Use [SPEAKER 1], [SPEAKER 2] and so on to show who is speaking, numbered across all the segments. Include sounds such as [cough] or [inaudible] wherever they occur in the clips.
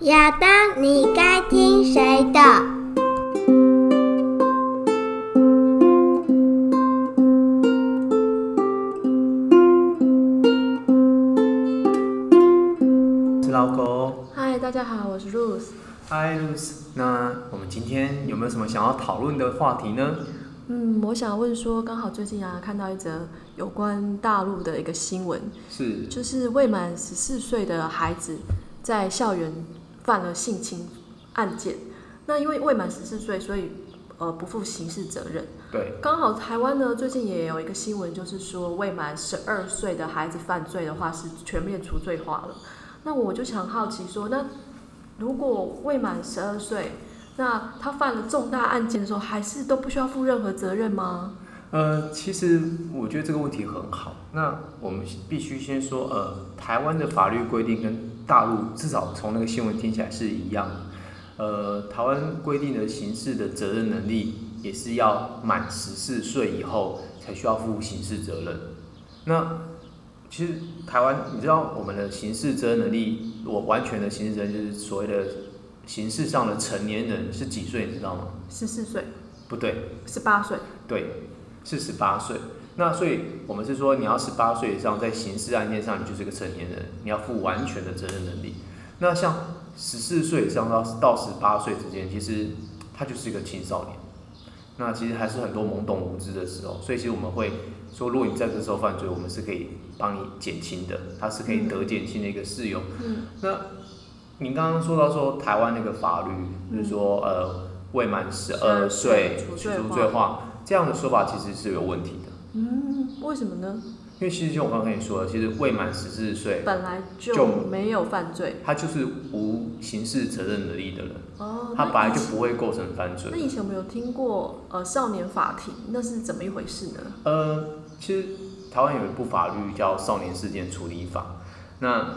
[SPEAKER 1] 亚当，你该听谁的？
[SPEAKER 2] 是老狗，
[SPEAKER 3] 嗨，大家好，我是 Rose。
[SPEAKER 2] 嗨 l u c 那我们今天有没有什么想要讨论的话题呢？
[SPEAKER 3] 嗯，我想问说，刚好最近啊，看到一则有关大陆的一个新闻，
[SPEAKER 2] 是
[SPEAKER 3] 就是未满十四岁的孩子在校园犯了性侵案件。那因为未满十四岁，所以呃不负刑事责任。
[SPEAKER 2] 对，
[SPEAKER 3] 刚好台湾呢最近也有一个新闻，就是说未满十二岁的孩子犯罪的话是全面除罪化了。那我就想好奇说，那如果未满十二岁，那他犯了重大案件的时候，还是都不需要负任何责任吗？
[SPEAKER 2] 呃，其实我觉得这个问题很好。那我们必须先说，呃，台湾的法律规定跟大陆至少从那个新闻听起来是一样的。呃，台湾规定的刑事的责任能力也是要满十四岁以后才需要负刑事责任。那其实台湾，你知道我们的刑事责任能力，我完全的刑事责任就是所谓的刑事上的成年人是几岁，你知道吗？
[SPEAKER 3] 十四岁、
[SPEAKER 2] 不对，
[SPEAKER 3] 十八岁，
[SPEAKER 2] 对，是十八岁。那所以我们是说，你要十八岁以上，在刑事案件上你就是个成年人，你要负完全的责任能力。那像十四岁以上到到十八岁之间，其实他就是一个青少年。那其实还是很多懵懂无知的时候，所以其实我们会说，如果你在这时候犯罪，我们是可以帮你减轻的，它是可以得减轻的一个适用。
[SPEAKER 3] 嗯，
[SPEAKER 2] 那您刚刚说到说台湾那个法律，就是说
[SPEAKER 3] 嗯
[SPEAKER 2] 呃未满十二岁
[SPEAKER 3] 除
[SPEAKER 2] 去
[SPEAKER 3] 罪
[SPEAKER 2] 除
[SPEAKER 3] 化
[SPEAKER 2] 罪化这样的说法，其实是有问题的。
[SPEAKER 3] 嗯，为什么呢？
[SPEAKER 2] 因为其实就我刚刚跟你说的，其实未满十四岁，
[SPEAKER 3] 本来
[SPEAKER 2] 就
[SPEAKER 3] 就没有犯罪
[SPEAKER 2] 他就是无刑事责任能力的人，
[SPEAKER 3] 哦，
[SPEAKER 2] 他
[SPEAKER 3] 那
[SPEAKER 2] 本来
[SPEAKER 3] 以
[SPEAKER 2] 就
[SPEAKER 3] 前
[SPEAKER 2] 不会构成犯罪
[SPEAKER 3] 那。以前我们有听过呃少年法庭，那是怎么一回事呢？
[SPEAKER 2] 呃，其实台湾有一部法律叫《少年事件处理法》，那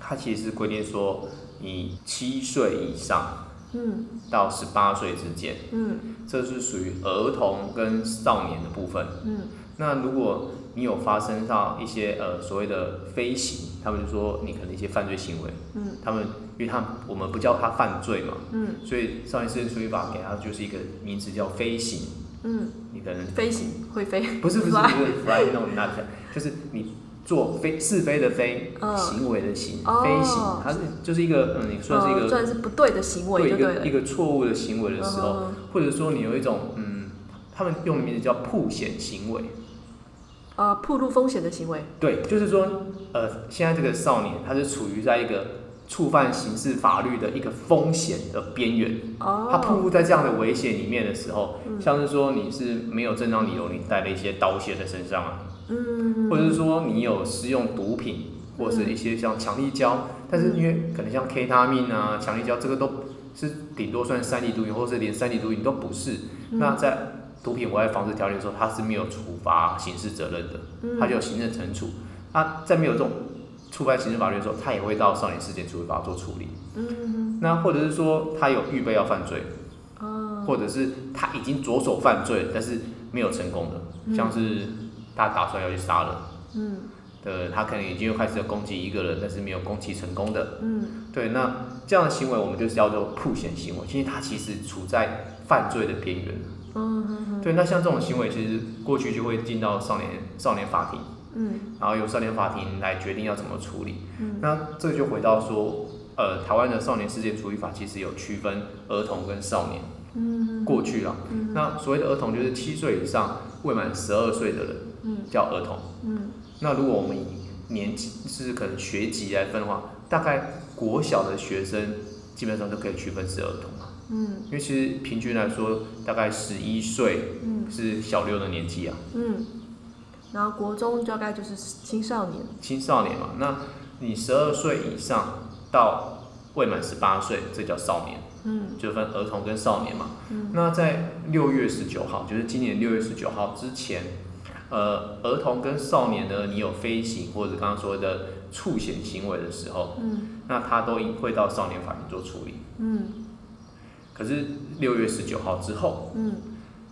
[SPEAKER 2] 它其实是规定说，你七岁以上
[SPEAKER 3] 嗯
[SPEAKER 2] 到十八岁之间，
[SPEAKER 3] 嗯
[SPEAKER 2] 这是属于儿童跟少年的部分。
[SPEAKER 3] 嗯
[SPEAKER 2] 那如果你有发生到一些呃所谓的非行，他们就说你可能一些犯罪行为，
[SPEAKER 3] 嗯
[SPEAKER 2] 他们因为他们我们不叫他犯罪嘛，
[SPEAKER 3] 嗯
[SPEAKER 2] 所以《少年事件处理法》给他就是一个名词叫非行，
[SPEAKER 3] 嗯，
[SPEAKER 2] 你可能
[SPEAKER 3] 飞行会飞，
[SPEAKER 2] 不是不是不
[SPEAKER 3] Fly
[SPEAKER 2] 是 fly no not fly，就是你做非是非的非，
[SPEAKER 3] 嗯
[SPEAKER 2] 行为的行，
[SPEAKER 3] 哦
[SPEAKER 2] 非行，它是就是一个嗯，你算是一
[SPEAKER 3] 呃
[SPEAKER 2] 个
[SPEAKER 3] 算是不对的行为
[SPEAKER 2] 对
[SPEAKER 3] 就
[SPEAKER 2] 一
[SPEAKER 3] 对
[SPEAKER 2] 个
[SPEAKER 3] 了
[SPEAKER 2] 一。个错误的行为的时候，
[SPEAKER 3] 嗯
[SPEAKER 2] 或者说你有一种嗯，他们用的名字叫曝险行为，
[SPEAKER 3] 呃，暴露风险的行为，
[SPEAKER 2] 对，就是说呃，现在这个少年他是处于在一个触犯刑事法律的一个风险的边缘，嗯
[SPEAKER 3] 哦，
[SPEAKER 2] 他暴露在这样的危险里面的时候，
[SPEAKER 3] 嗯
[SPEAKER 2] 像是说你是没有正当理由，你带了一些刀械在身上啊。
[SPEAKER 3] 嗯，
[SPEAKER 2] 或者是说你有使用毒品，或者是一些像强力胶，
[SPEAKER 3] 嗯
[SPEAKER 2] 但是因为可能像 K 他命啊、强力胶这个都是顶多算三级毒瘾，或是连三级毒瘾都不是。
[SPEAKER 3] 嗯
[SPEAKER 2] 那在毒品危害防治条例的时候，它是没有处罚刑事责任的，
[SPEAKER 3] 嗯
[SPEAKER 2] 它就有行政惩处。那在没有这种触犯刑事法律的时候，它也会到少年事件处理法做处理。
[SPEAKER 3] 嗯
[SPEAKER 2] 那或者是说他有预备要犯罪，
[SPEAKER 3] 哦，
[SPEAKER 2] 或者是他已经着手犯罪，但是没有成功的，
[SPEAKER 3] 嗯
[SPEAKER 2] 像是他打算要去杀人。
[SPEAKER 3] 嗯
[SPEAKER 2] 呃，他可能已经又开始攻击一个人，但是没有攻击成功的。
[SPEAKER 3] 嗯
[SPEAKER 2] 对，那这样的行为我们就是叫做曝险行为，因为他其实处在犯罪的边缘。
[SPEAKER 3] 嗯嗯
[SPEAKER 2] 对，那像这种行为，其实过去就会进到少年少年法庭，
[SPEAKER 3] 嗯
[SPEAKER 2] 然后由少年法庭来决定要怎么处理。
[SPEAKER 3] 嗯
[SPEAKER 2] 那这就回到说，呃，台湾的少年事件处理法其实有区分儿童跟少年。
[SPEAKER 3] 嗯，
[SPEAKER 2] 过去了，那所谓的儿童就是七岁以上未满十二岁的人
[SPEAKER 3] 嗯
[SPEAKER 2] 叫儿童。
[SPEAKER 3] 嗯
[SPEAKER 2] 那如果我们以年级，就是可能学级来分的话，大概国小的学生基本上都可以区分是儿童嘛，
[SPEAKER 3] 嗯
[SPEAKER 2] 因为其实平均来说，大概十一岁
[SPEAKER 3] 嗯
[SPEAKER 2] 是小六的年纪啊，
[SPEAKER 3] 嗯，然后国中大概就是青少年，
[SPEAKER 2] 青少年嘛。那你十二岁以上到未满十八岁，这叫少年，
[SPEAKER 3] 嗯
[SPEAKER 2] 就分儿童跟少年嘛。
[SPEAKER 3] 嗯
[SPEAKER 2] 那在六月十九号，就是今年六月十九号之前，呃，儿童跟少年呢，你有飞行或者刚刚说的触险行为的时候，
[SPEAKER 3] 嗯
[SPEAKER 2] 那他都会到少年法庭做处理。
[SPEAKER 3] 嗯
[SPEAKER 2] 可是六月十九号之后，
[SPEAKER 3] 嗯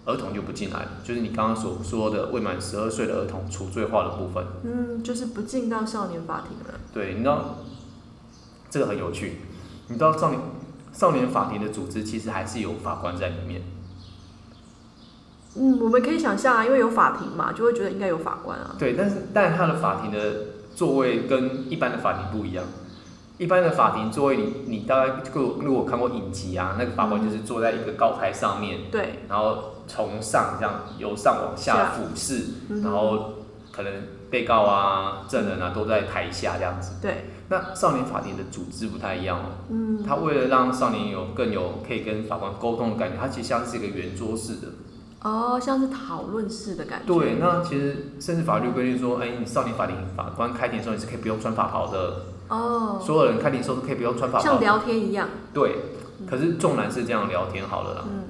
[SPEAKER 2] 儿童就不进来了，就是你刚刚所说的未满十二岁的儿童除罪化的部分。
[SPEAKER 3] 嗯，就是不进到少年法庭了，
[SPEAKER 2] 对，你知道这个很有趣，你知道少年少年法庭的组织其实还是有法官在里面。
[SPEAKER 3] 嗯，我们可以想象啊，因为有法庭嘛，就会觉得应该有法官啊。
[SPEAKER 2] 对，但是但他的法庭的座位跟一般的法庭不一样。一般的法庭座位你，你大概就如果看过影集啊，那个法官就是坐在一个高台上面，
[SPEAKER 3] 对，
[SPEAKER 2] 然后从上这样由上往下俯视，
[SPEAKER 3] 嗯
[SPEAKER 2] 然后可能被告啊、证人啊都在台下这样子。
[SPEAKER 3] 对，
[SPEAKER 2] 那少年法庭的组织不太一样哦，
[SPEAKER 3] 嗯，
[SPEAKER 2] 他为了让少年有更有可以跟法官沟通的感觉，他其实像是一个圆桌式的。
[SPEAKER 3] 哦，像是讨论式的感觉。
[SPEAKER 2] 对，那其实甚至法律规定说，哎，你少年法庭法官开庭的时候你是可以不用穿法袍的，
[SPEAKER 3] 哦，
[SPEAKER 2] 所有人开庭的时候都可以不用穿法袍
[SPEAKER 3] 像。聊天一样。
[SPEAKER 2] 对，可是纵然是这样聊天好了啦，
[SPEAKER 3] 嗯，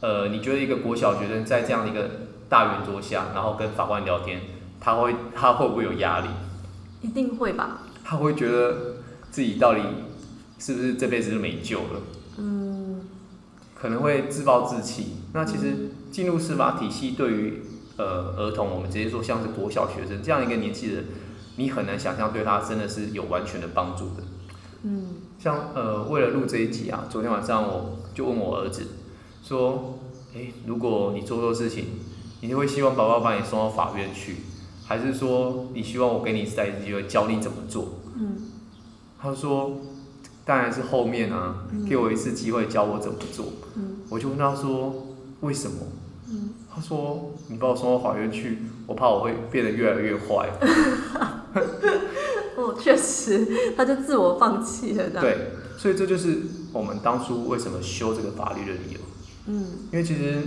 [SPEAKER 2] 呃，你觉得一个国小学生在这样的一个大圆桌下，然后跟法官聊天，他会他会不会有压力？
[SPEAKER 3] 一定会吧。 [laughs]
[SPEAKER 2] 他会觉得自己到底是不是这辈子就没救了？
[SPEAKER 3] 嗯，
[SPEAKER 2] 可能会自暴自弃。那其实进入司法体系，对于呃儿童，我们直接说像是国小学生这样一个年纪的人，你很难想象对他真的是有完全的帮助的。
[SPEAKER 3] 嗯，
[SPEAKER 2] 像呃，为了录这一集啊，昨天晚上我就问我儿子说：“诶、如果你做错事情，你会希望爸爸把你送到法院去，还是说你希望我给你再一次机会教你怎么做？”
[SPEAKER 3] 嗯，
[SPEAKER 2] 他说：“当然是后面啊，给我一次机会教我怎么做。”
[SPEAKER 3] 嗯，
[SPEAKER 2] 我就问他说：“为什么？”
[SPEAKER 3] 嗯，
[SPEAKER 2] 他说：“你把我送到法院去，我怕我会变得越来越坏。
[SPEAKER 3] 哦，确实，他就自我放弃了，这”样。，
[SPEAKER 2] 对，所以这就是我们当初为什么修这个法律的理由。
[SPEAKER 3] 嗯
[SPEAKER 2] 因为其实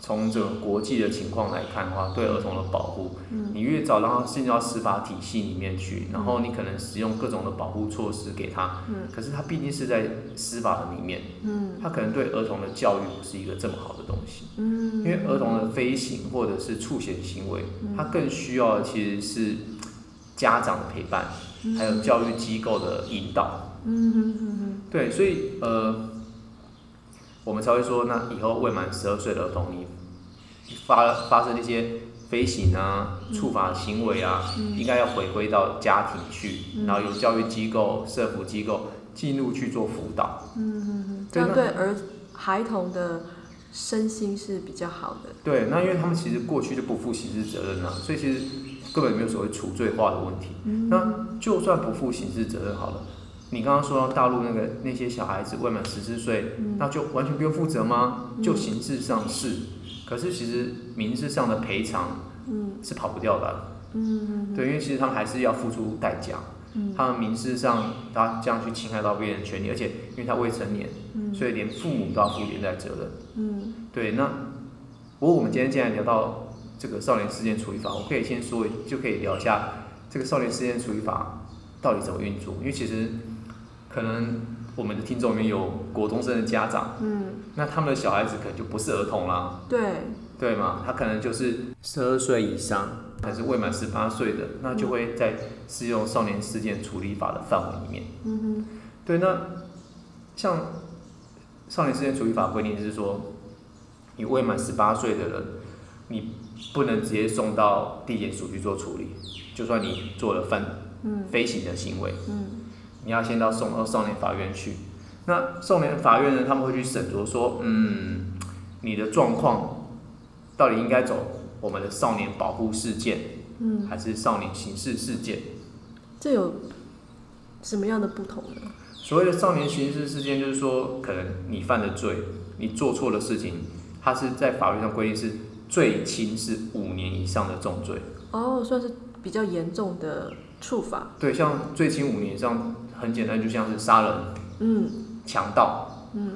[SPEAKER 2] 从整个国际的情况来看的话，对儿童的保护，
[SPEAKER 3] 嗯
[SPEAKER 2] 你越早让他进入到司法体系里面去，然后你可能使用各种的保护措施给他，
[SPEAKER 3] 嗯
[SPEAKER 2] 可是他毕竟是在司法的里面，
[SPEAKER 3] 嗯
[SPEAKER 2] 他可能对儿童的教育不是一个这么好的东西。因
[SPEAKER 3] 嗯，
[SPEAKER 2] 为儿童的飞行或者是触险行为，他更需要的其实是家长的陪伴，还有教育机构的引导。
[SPEAKER 3] 嗯哼哼哼，
[SPEAKER 2] 对，所以呃，我们才会说，那以后未满十二岁的儿童，你发发生一些飞行啊、触法行为啊，应该要回归到家庭去，然后由教育机构、社服机构进入去做辅导。
[SPEAKER 3] 嗯哼哼，这
[SPEAKER 2] 对
[SPEAKER 3] 样
[SPEAKER 2] 那
[SPEAKER 3] 对儿孩童的身心是比较好的。
[SPEAKER 2] 对，那因为他们其实过去就不负刑事责任啊，所以其实根本没有所谓除罪化的问题。
[SPEAKER 3] 嗯
[SPEAKER 2] 那就算不负刑事责任好了，你刚刚说到大陆那个那些小孩子未满十四岁，
[SPEAKER 3] 嗯
[SPEAKER 2] 那就完全不用负责吗？就刑事上是，可是其实民事上的赔偿
[SPEAKER 3] 嗯
[SPEAKER 2] 是跑不掉的啊、
[SPEAKER 3] 嗯哼
[SPEAKER 2] 对，因为其实他们还是要付出代价。
[SPEAKER 3] 嗯
[SPEAKER 2] 他们民事上他这样去侵害到别人的权利，而且因为他未成年，
[SPEAKER 3] 嗯
[SPEAKER 2] 所以连父母都要负连带责任。
[SPEAKER 3] 嗯
[SPEAKER 2] 对，那不过我们今天既然聊到这个少年事件处理法，我可以先说，就可以聊一下这个少年事件处理法到底怎么运作，因为其实可能我们的听众里面有国中生的家长，
[SPEAKER 3] 嗯，
[SPEAKER 2] 那他们的小孩子可能就不是儿童啦，
[SPEAKER 3] 对，
[SPEAKER 2] 对吗？他可能就是十二岁以上，还是未满十八岁的，那就会在适用少年事件处理法的范围里面。
[SPEAKER 3] 嗯哼，
[SPEAKER 2] 对，那像少年事件处理法规定是说，你未满十八岁的人，你不能直接送到地检署去做处理，就算你做了犯
[SPEAKER 3] 嗯
[SPEAKER 2] 非行的行为，
[SPEAKER 3] 嗯
[SPEAKER 2] 你要先到送到少年法院去。那少年法院呢，他们会去审酌说，嗯，你的状况到底应该走我们的少年保护事件，
[SPEAKER 3] 嗯，
[SPEAKER 2] 还是少年刑事事件？
[SPEAKER 3] 这有什么样的不同呢？
[SPEAKER 2] 所谓的少年刑事事件，就是说，可能你犯的罪，你做错的事情，它是在法律上规定是最轻是五年以上的重罪。
[SPEAKER 3] 哦，算是比较严重的处罚。
[SPEAKER 2] 对，像最轻五年以上，很简单，就像是杀人、
[SPEAKER 3] 嗯
[SPEAKER 2] 强盗、
[SPEAKER 3] 嗯，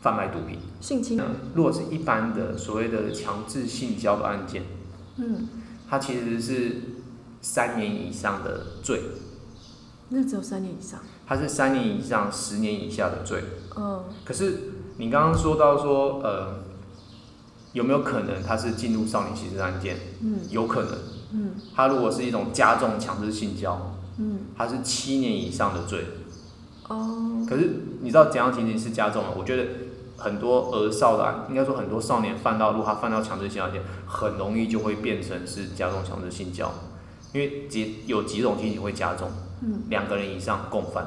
[SPEAKER 2] 贩卖毒品。
[SPEAKER 3] 性侵。
[SPEAKER 2] 如果是一般的所谓的强制性交的案件，
[SPEAKER 3] 嗯，
[SPEAKER 2] 它其实是三年以上的罪，
[SPEAKER 3] 那只有三年以上。
[SPEAKER 2] 它是三年以上十年以下的罪。
[SPEAKER 3] 嗯
[SPEAKER 2] 可是你刚刚说到说，呃，有没有可能他是进入少年刑事案件？
[SPEAKER 3] 嗯
[SPEAKER 2] 有可能，
[SPEAKER 3] 嗯
[SPEAKER 2] 他如果是一种加重强制性交，
[SPEAKER 3] 嗯，
[SPEAKER 2] 他是七年以上的罪。
[SPEAKER 3] 哦，
[SPEAKER 2] 可是你知道怎样情形是加重了？我觉得很多儿少的案，应该说很多少年犯到，如果他犯到强制性案件，很容易就会变成是加重强制性交，因为几有几种情形会加重，
[SPEAKER 3] 嗯
[SPEAKER 2] 两个人以上共犯。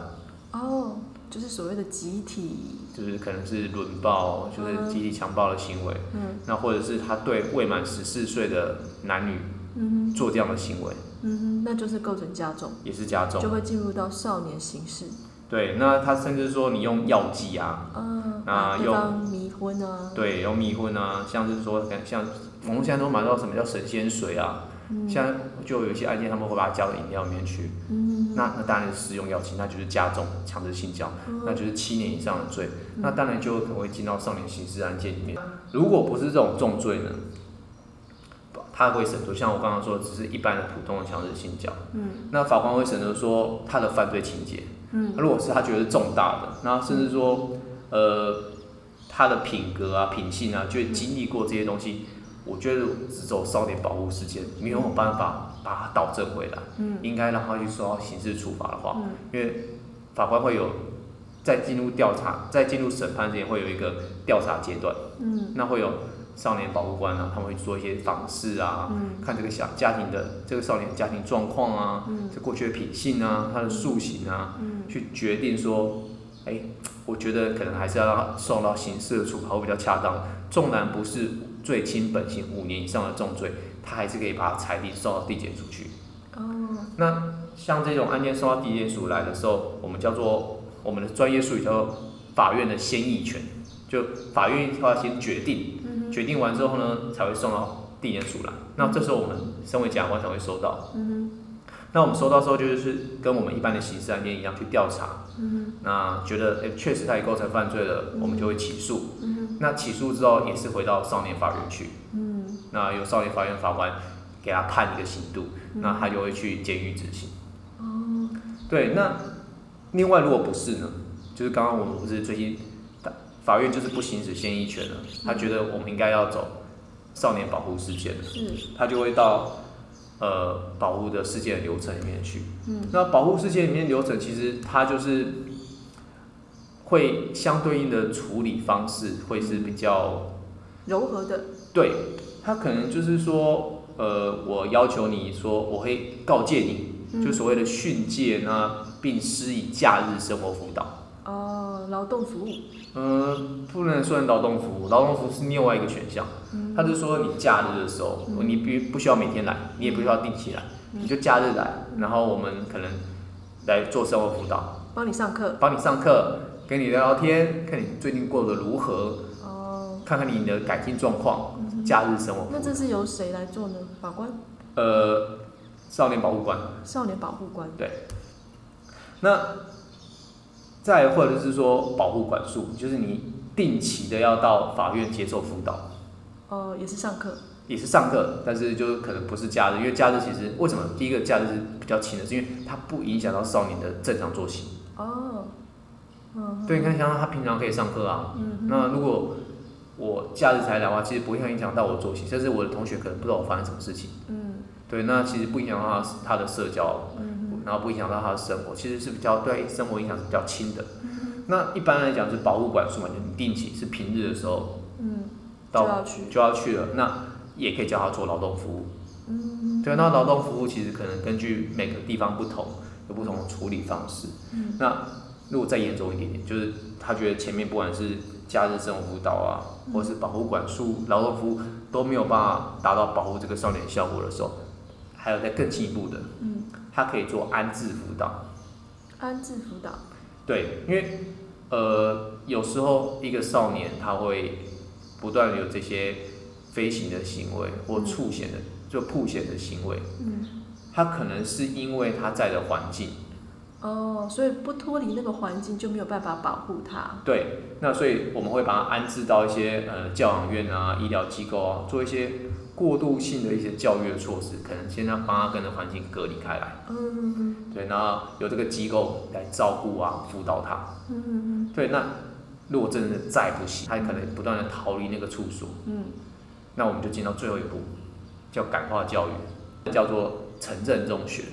[SPEAKER 3] 哦，就是所谓的集体，
[SPEAKER 2] 就是可能是轮暴，就是集体强暴的行为，
[SPEAKER 3] 嗯
[SPEAKER 2] 那或者是他对未满十四岁的男女
[SPEAKER 3] 嗯哼
[SPEAKER 2] 做这样的行为，
[SPEAKER 3] 嗯哼，那就是构成加重，
[SPEAKER 2] 也是加
[SPEAKER 3] 就
[SPEAKER 2] 重。
[SPEAKER 3] 会进入到少年刑事，
[SPEAKER 2] 对，那他甚至说你用药剂啊，
[SPEAKER 3] 啊，
[SPEAKER 2] 那
[SPEAKER 3] 把对
[SPEAKER 2] 用
[SPEAKER 3] 方迷昏啊，
[SPEAKER 2] 对，用迷昏啊，像是说像网络现在都买到什么叫神仙水啊，
[SPEAKER 3] 嗯
[SPEAKER 2] 现在就有一些案件他们会把它加到饮料里面去，
[SPEAKER 3] 嗯，
[SPEAKER 2] 那那当然是使用药剂，那就是加重强制性交，那就是七年以上的罪，那当然就可能会进到少年刑事案件里面。如果不是这种重罪呢，他会审出像我刚刚说的，只是一般的普通的强制性交，
[SPEAKER 3] 嗯
[SPEAKER 2] 那法官会审出说他的犯罪情节，
[SPEAKER 3] 嗯
[SPEAKER 2] 如果是他觉得是重大的，那甚至说，呃，他的品格啊、品性啊，就会经历过这些东西，我觉得只走少年保护事件，没有办法把他导正回来，
[SPEAKER 3] 嗯
[SPEAKER 2] 应该让他去受到刑事处罚的话，
[SPEAKER 3] 嗯
[SPEAKER 2] 因为法官会有在进入调查、在进入审判之前会有一个调查阶段，
[SPEAKER 3] 嗯
[SPEAKER 2] 那会有少年保护官啊，他们会做一些访视啊，
[SPEAKER 3] 嗯
[SPEAKER 2] 看这个小家庭的这个少年的家庭状况啊，
[SPEAKER 3] 嗯
[SPEAKER 2] 这过去的品性啊，他的塑形啊。
[SPEAKER 3] 嗯
[SPEAKER 2] 去决定说，哎、我觉得可能还是要让他受到刑事的处罚会比较恰当。纵然不是最轻本刑五年以上的重罪，他还是可以把他裁定送到地检署去。
[SPEAKER 3] 哦
[SPEAKER 2] 那像这种案件送到地检署来的时候，我们叫做我们的专业术语叫做法院的先议权，就法院要先决定，
[SPEAKER 3] 嗯
[SPEAKER 2] 决定完之后呢，才会送到地检署来。那这时候我们身为检察官才会收到。
[SPEAKER 3] 嗯
[SPEAKER 2] 那我们收到之后，就是跟我们一般的刑事案件一样去调查，
[SPEAKER 3] 嗯
[SPEAKER 2] 那觉得诶确、实他也构成犯罪了，我们就会起诉。
[SPEAKER 3] 嗯
[SPEAKER 2] 那起诉之后也是回到少年法院去，
[SPEAKER 3] 嗯
[SPEAKER 2] 那由少年法院法官给他判一个刑度，那他就会去监狱执行。
[SPEAKER 3] 嗯哦
[SPEAKER 2] 对，那另外如果不是呢，就是刚刚我们不是最近大法院就是不行使先议权了，
[SPEAKER 3] 嗯
[SPEAKER 2] 他觉得我们应该要走少年保护事件了，
[SPEAKER 3] 是
[SPEAKER 2] 他就会到呃保护的事件流程里面去。
[SPEAKER 3] 嗯
[SPEAKER 2] 那保护事件里面流程，其实它就是会相对应的处理方式会是比较
[SPEAKER 3] 柔和的
[SPEAKER 2] 对，它可能就是说，呃，我要求你说，我会告诫你，就所谓的训诫呢，并施以假日生活辅导。
[SPEAKER 3] 哦劳动服务
[SPEAKER 2] 嗯，不能算劳动服务，劳动服务是另外一个选项。他就说你假日的时候，你不不需要每天来，你也不需要定期来，你就假日来，然后我们可能来做生活辅导，
[SPEAKER 3] 帮你上课
[SPEAKER 2] 帮你上课，跟你聊聊天，看你最近过得如何，
[SPEAKER 3] 哦，
[SPEAKER 2] 看看你的改进状况，假日生活。
[SPEAKER 3] 嗯那这是由谁来做呢？法官、
[SPEAKER 2] 呃，少年保护官。
[SPEAKER 3] 少年保护官
[SPEAKER 2] 那再或者是说保护管束，就是你定期的要到法院接受辅导，
[SPEAKER 3] 哦，也是上课
[SPEAKER 2] 也是上课，但是就可能不是假日，因为假日其实为什么第一个假日是比较轻的，是因为它不影响到少年的正常作息。
[SPEAKER 3] 哦，嗯
[SPEAKER 2] 对，你看像他平常可以上课啊，
[SPEAKER 3] 嗯
[SPEAKER 2] 那如果我假日才来的话，其实不会影响到我作息，甚至我的同学可能不知道我发生什么事情。
[SPEAKER 3] 嗯
[SPEAKER 2] 对，那其实不影响到他他的社交，
[SPEAKER 3] 嗯
[SPEAKER 2] 然后不影响到他的生活，其实是比较对生活影响是比较轻的。
[SPEAKER 3] 嗯
[SPEAKER 2] 那一般来讲是保护管束嘛，就是你定期是平日的时候
[SPEAKER 3] 嗯，就
[SPEAKER 2] 到
[SPEAKER 3] 要去
[SPEAKER 2] 就要去了，那也可以叫他做劳动服务。
[SPEAKER 3] 嗯
[SPEAKER 2] 对，那劳动服务其实可能根据每个地方不同，有不同的处理方式。
[SPEAKER 3] 嗯，
[SPEAKER 2] 那如果再严重一点点，就是他觉得前面不管是假日生活辅导啊，
[SPEAKER 3] 嗯
[SPEAKER 2] 或是保护管束、劳动服务都没有办法达到保护这个少年的效果的时候，还有在更进一步的，
[SPEAKER 3] 嗯，
[SPEAKER 2] 他可以做安置辅导。
[SPEAKER 3] 安置辅导
[SPEAKER 2] 对，因为呃，有时候一个少年他会不断地有这些飞行的行为或触险的，就曝险的行为。
[SPEAKER 3] 嗯
[SPEAKER 2] 他可能是因为他在的环境，
[SPEAKER 3] 哦，所以不脱离那个环境就没有办法保护他
[SPEAKER 2] 对，那所以我们会把他安置到一些呃教养院啊、医疗机构啊，做一些过渡性的一些教育的措施，可能先让帮他跟着环境隔离开来，
[SPEAKER 3] 嗯
[SPEAKER 2] 对，然后由这个机构来照顾啊、辅导他，
[SPEAKER 3] 嗯嗯
[SPEAKER 2] 对，那如果真的再不行，他可能不断的逃离那个处所，
[SPEAKER 3] 嗯
[SPEAKER 2] 那我们就进到最后一步，叫感化教育，叫做城镇中学，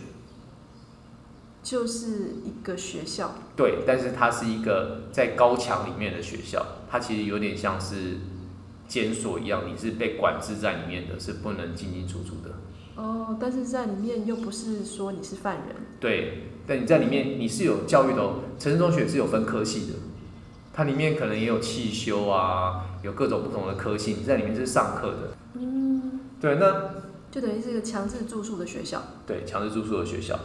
[SPEAKER 3] 就是一个学校
[SPEAKER 2] 对，但是它是一个在高墙里面的学校，它其实有点像是监所一样，你是被管制在里面的，是不能进进出出的。
[SPEAKER 3] 哦，但是在里面又不是说你是犯人，
[SPEAKER 2] 对，但你在里面你是有教育的哦，城市中学是有分科系的，它里面可能也有汽修啊，有各种不同的科系，你在里面是上课的。
[SPEAKER 3] 嗯，
[SPEAKER 2] 对，那
[SPEAKER 3] 就等于是一个强制住宿的学校。
[SPEAKER 2] 对强制住宿的学校，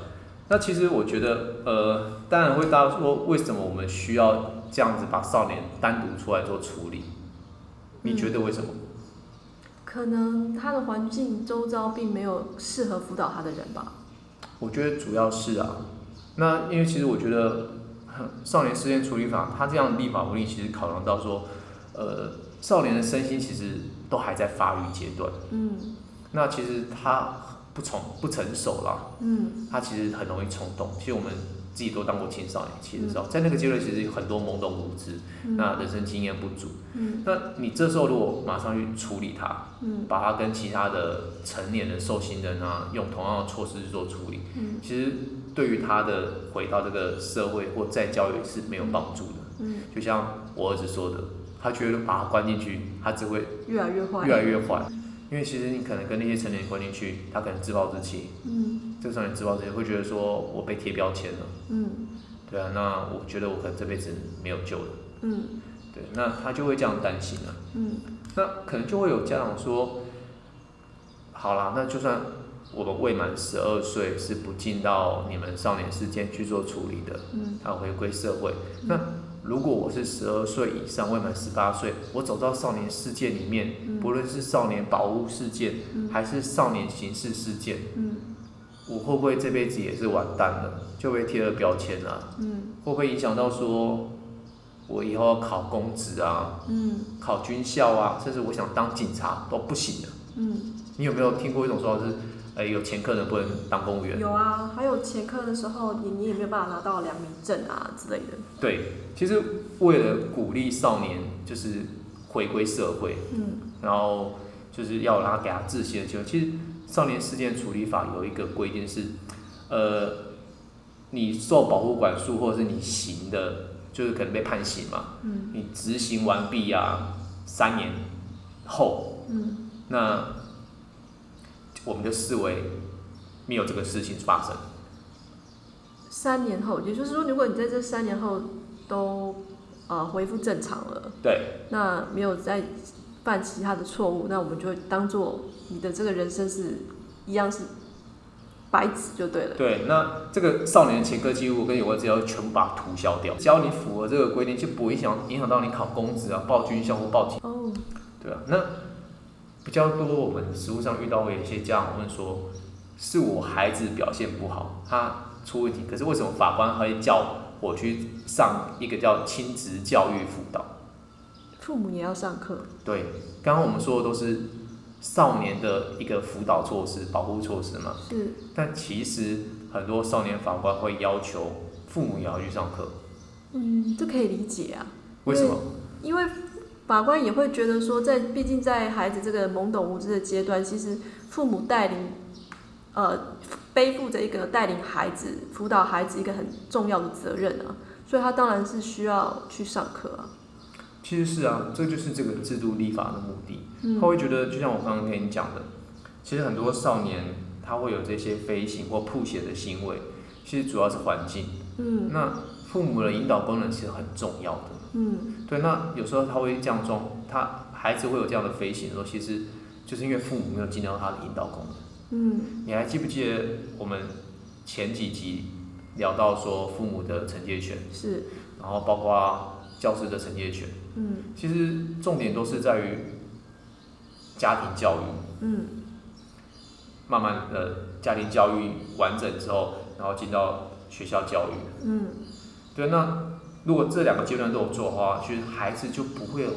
[SPEAKER 2] 那其实我觉得，呃，当然会大家说，为什么我们需要这样子把少年单独出来做处理？你觉得为什么？
[SPEAKER 3] 可能他的环境周遭并没有适合辅导他的人吧。
[SPEAKER 2] 我觉得主要是啊，那因为其实我觉得哼少年事件处理法，它这样的立法目的其实考量到说，呃，少年的身心其实都还在发育阶段，
[SPEAKER 3] 嗯
[SPEAKER 2] 那其实他不成不成熟啦，
[SPEAKER 3] 嗯
[SPEAKER 2] 他其实很容易冲动。其实我们自己都当过青少年，其实知道哦在那个阶段其实有很多懵懂无知，
[SPEAKER 3] 嗯
[SPEAKER 2] 那人生经验不足，
[SPEAKER 3] 嗯
[SPEAKER 2] 那你这时候如果马上去处理它，
[SPEAKER 3] 嗯
[SPEAKER 2] 把它跟其他的成年人、受刑人啊，用同样的措施去做处理，
[SPEAKER 3] 嗯
[SPEAKER 2] 其实对于他的回到这个社会或再教育是没有帮助的。
[SPEAKER 3] 嗯，
[SPEAKER 2] 就像我儿子说的，他觉得把他关进去，他只会
[SPEAKER 3] 越来越坏。
[SPEAKER 2] 越来越坏，因为其实你可能跟那些成年人关进去，他可能自暴自弃，
[SPEAKER 3] 嗯
[SPEAKER 2] 这个少年自暴自弃会觉得说我被贴标签了，
[SPEAKER 3] 嗯
[SPEAKER 2] 对啊，那我觉得我可能这辈子没有救了，
[SPEAKER 3] 嗯
[SPEAKER 2] 对，那他就会这样担心啊。
[SPEAKER 3] 嗯
[SPEAKER 2] 那可能就会有家长说，好啦，那就算我们未满十二岁是不进到你们少年事件去做处理的，
[SPEAKER 3] 嗯
[SPEAKER 2] 他回归社会。那如果我是十二岁以上未满十八岁，我走到少年事件里面，
[SPEAKER 3] 嗯
[SPEAKER 2] 不论是少年保护事件
[SPEAKER 3] 嗯
[SPEAKER 2] 还是少年刑事事件，
[SPEAKER 3] 嗯
[SPEAKER 2] 我会不会这辈子也是完蛋了，就被贴了标签啊？
[SPEAKER 3] 嗯
[SPEAKER 2] 会不会影响到说我以后要考公职啊，
[SPEAKER 3] 嗯
[SPEAKER 2] 考军校啊，甚至我想当警察都不行的。
[SPEAKER 3] 嗯，
[SPEAKER 2] 你有没有听过一种说法是，呃，有前科的不能当公务员？
[SPEAKER 3] 有啊，还有前科的时候，你你也没有办法拿到良民证啊之类的。
[SPEAKER 2] 对，其实为了鼓励少年就是回归社会，
[SPEAKER 3] 嗯
[SPEAKER 2] 然后就是要让他给他自信的机会。其实少年事件处理法有一个规定是，呃，你受保护管束或者是你刑的，就是可能被判刑嘛，
[SPEAKER 3] 嗯
[SPEAKER 2] 你执行完毕啊，三年后
[SPEAKER 3] 嗯
[SPEAKER 2] 那我们就视为没有这个事情发生。
[SPEAKER 3] 三年后，也就是说，如果你在这三年后都呃恢复正常了。
[SPEAKER 2] 对
[SPEAKER 3] 那没有再犯其他的错误，那我们就当做你的这个人生是一样是白纸就对了。
[SPEAKER 2] 对，那这个少年的前科记录跟有关资料全部把它涂销掉，只要你符合这个规定，就不会影响影响到你考公职啊、报军校或报警。
[SPEAKER 3] 哦，
[SPEAKER 2] 对啊，那比较多我们实务上遇到会有一些家长问说，是我孩子表现不好，他出问题，可是为什么法官会叫我去上一个叫亲职教育辅导？
[SPEAKER 3] 父母也要上课。
[SPEAKER 2] 对，刚刚我们说的都是少年的一个辅导措施、保护措施嘛。
[SPEAKER 3] 是，
[SPEAKER 2] 但其实很多少年法官会要求父母也要去上课，
[SPEAKER 3] 嗯，这可以理解啊，
[SPEAKER 2] 为什么？
[SPEAKER 3] 因为法官也会觉得说在，毕竟在孩子这个懵懂无知的阶段，其实父母带领，呃，背负着一个带领孩子、辅导孩子一个很重要的责任啊，所以他当然是需要去上课啊。
[SPEAKER 2] 其实是啊，这就是这个制度立法的目的。
[SPEAKER 3] 嗯
[SPEAKER 2] 他会觉得，就像我刚刚跟你讲的，其实很多少年他会有这些飞行或吐血的行为，其实主要是环境。
[SPEAKER 3] 嗯
[SPEAKER 2] 那父母的引导功能是很重要的。
[SPEAKER 3] 嗯
[SPEAKER 2] 对，那有时候他会这样装，他孩子会有这样的飞行的时候，其实就是因为父母没有尽到他的引导功能。
[SPEAKER 3] 嗯
[SPEAKER 2] 你还记不记得我们前几集聊到说父母的惩戒权，
[SPEAKER 3] 是，
[SPEAKER 2] 然后包括教师的惩戒权，
[SPEAKER 3] 嗯
[SPEAKER 2] 其实重点都是在于家庭教育。
[SPEAKER 3] 嗯
[SPEAKER 2] 慢慢的家庭教育完整之后，然后进到学校教育。
[SPEAKER 3] 嗯。
[SPEAKER 2] 对，那如果这两个阶段都有做的话，其实孩子就不会有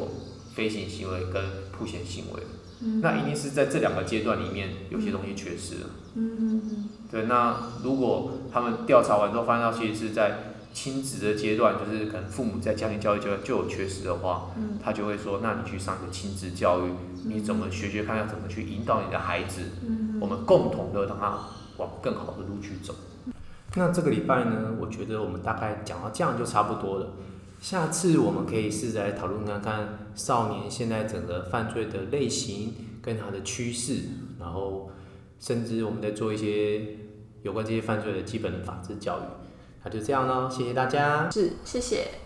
[SPEAKER 2] 飞行行为跟曝险行为。
[SPEAKER 3] 嗯
[SPEAKER 2] 那一定是在这两个阶段里面有些东西缺失了。
[SPEAKER 3] 嗯
[SPEAKER 2] 对，那如果他们调查完之后发现到其实是在亲子的阶段，就是可能父母在家庭教育阶段就有缺失的话，
[SPEAKER 3] 嗯
[SPEAKER 2] 他就会说，那你去上一个亲子教育，你怎么学学看要怎么去引导你的孩子，
[SPEAKER 3] 嗯
[SPEAKER 2] 我们共同的让他往更好的路去走。
[SPEAKER 4] 那这个礼拜呢，我觉得我们大概讲到这样就差不多了。下次我们可以试着来讨论看看少年现在整个犯罪的类型跟它的趋势，然后
[SPEAKER 2] 甚至我们在做一些有关这些犯罪的基本的法制教育。那就这样喽，谢谢大家。
[SPEAKER 3] 是，谢谢。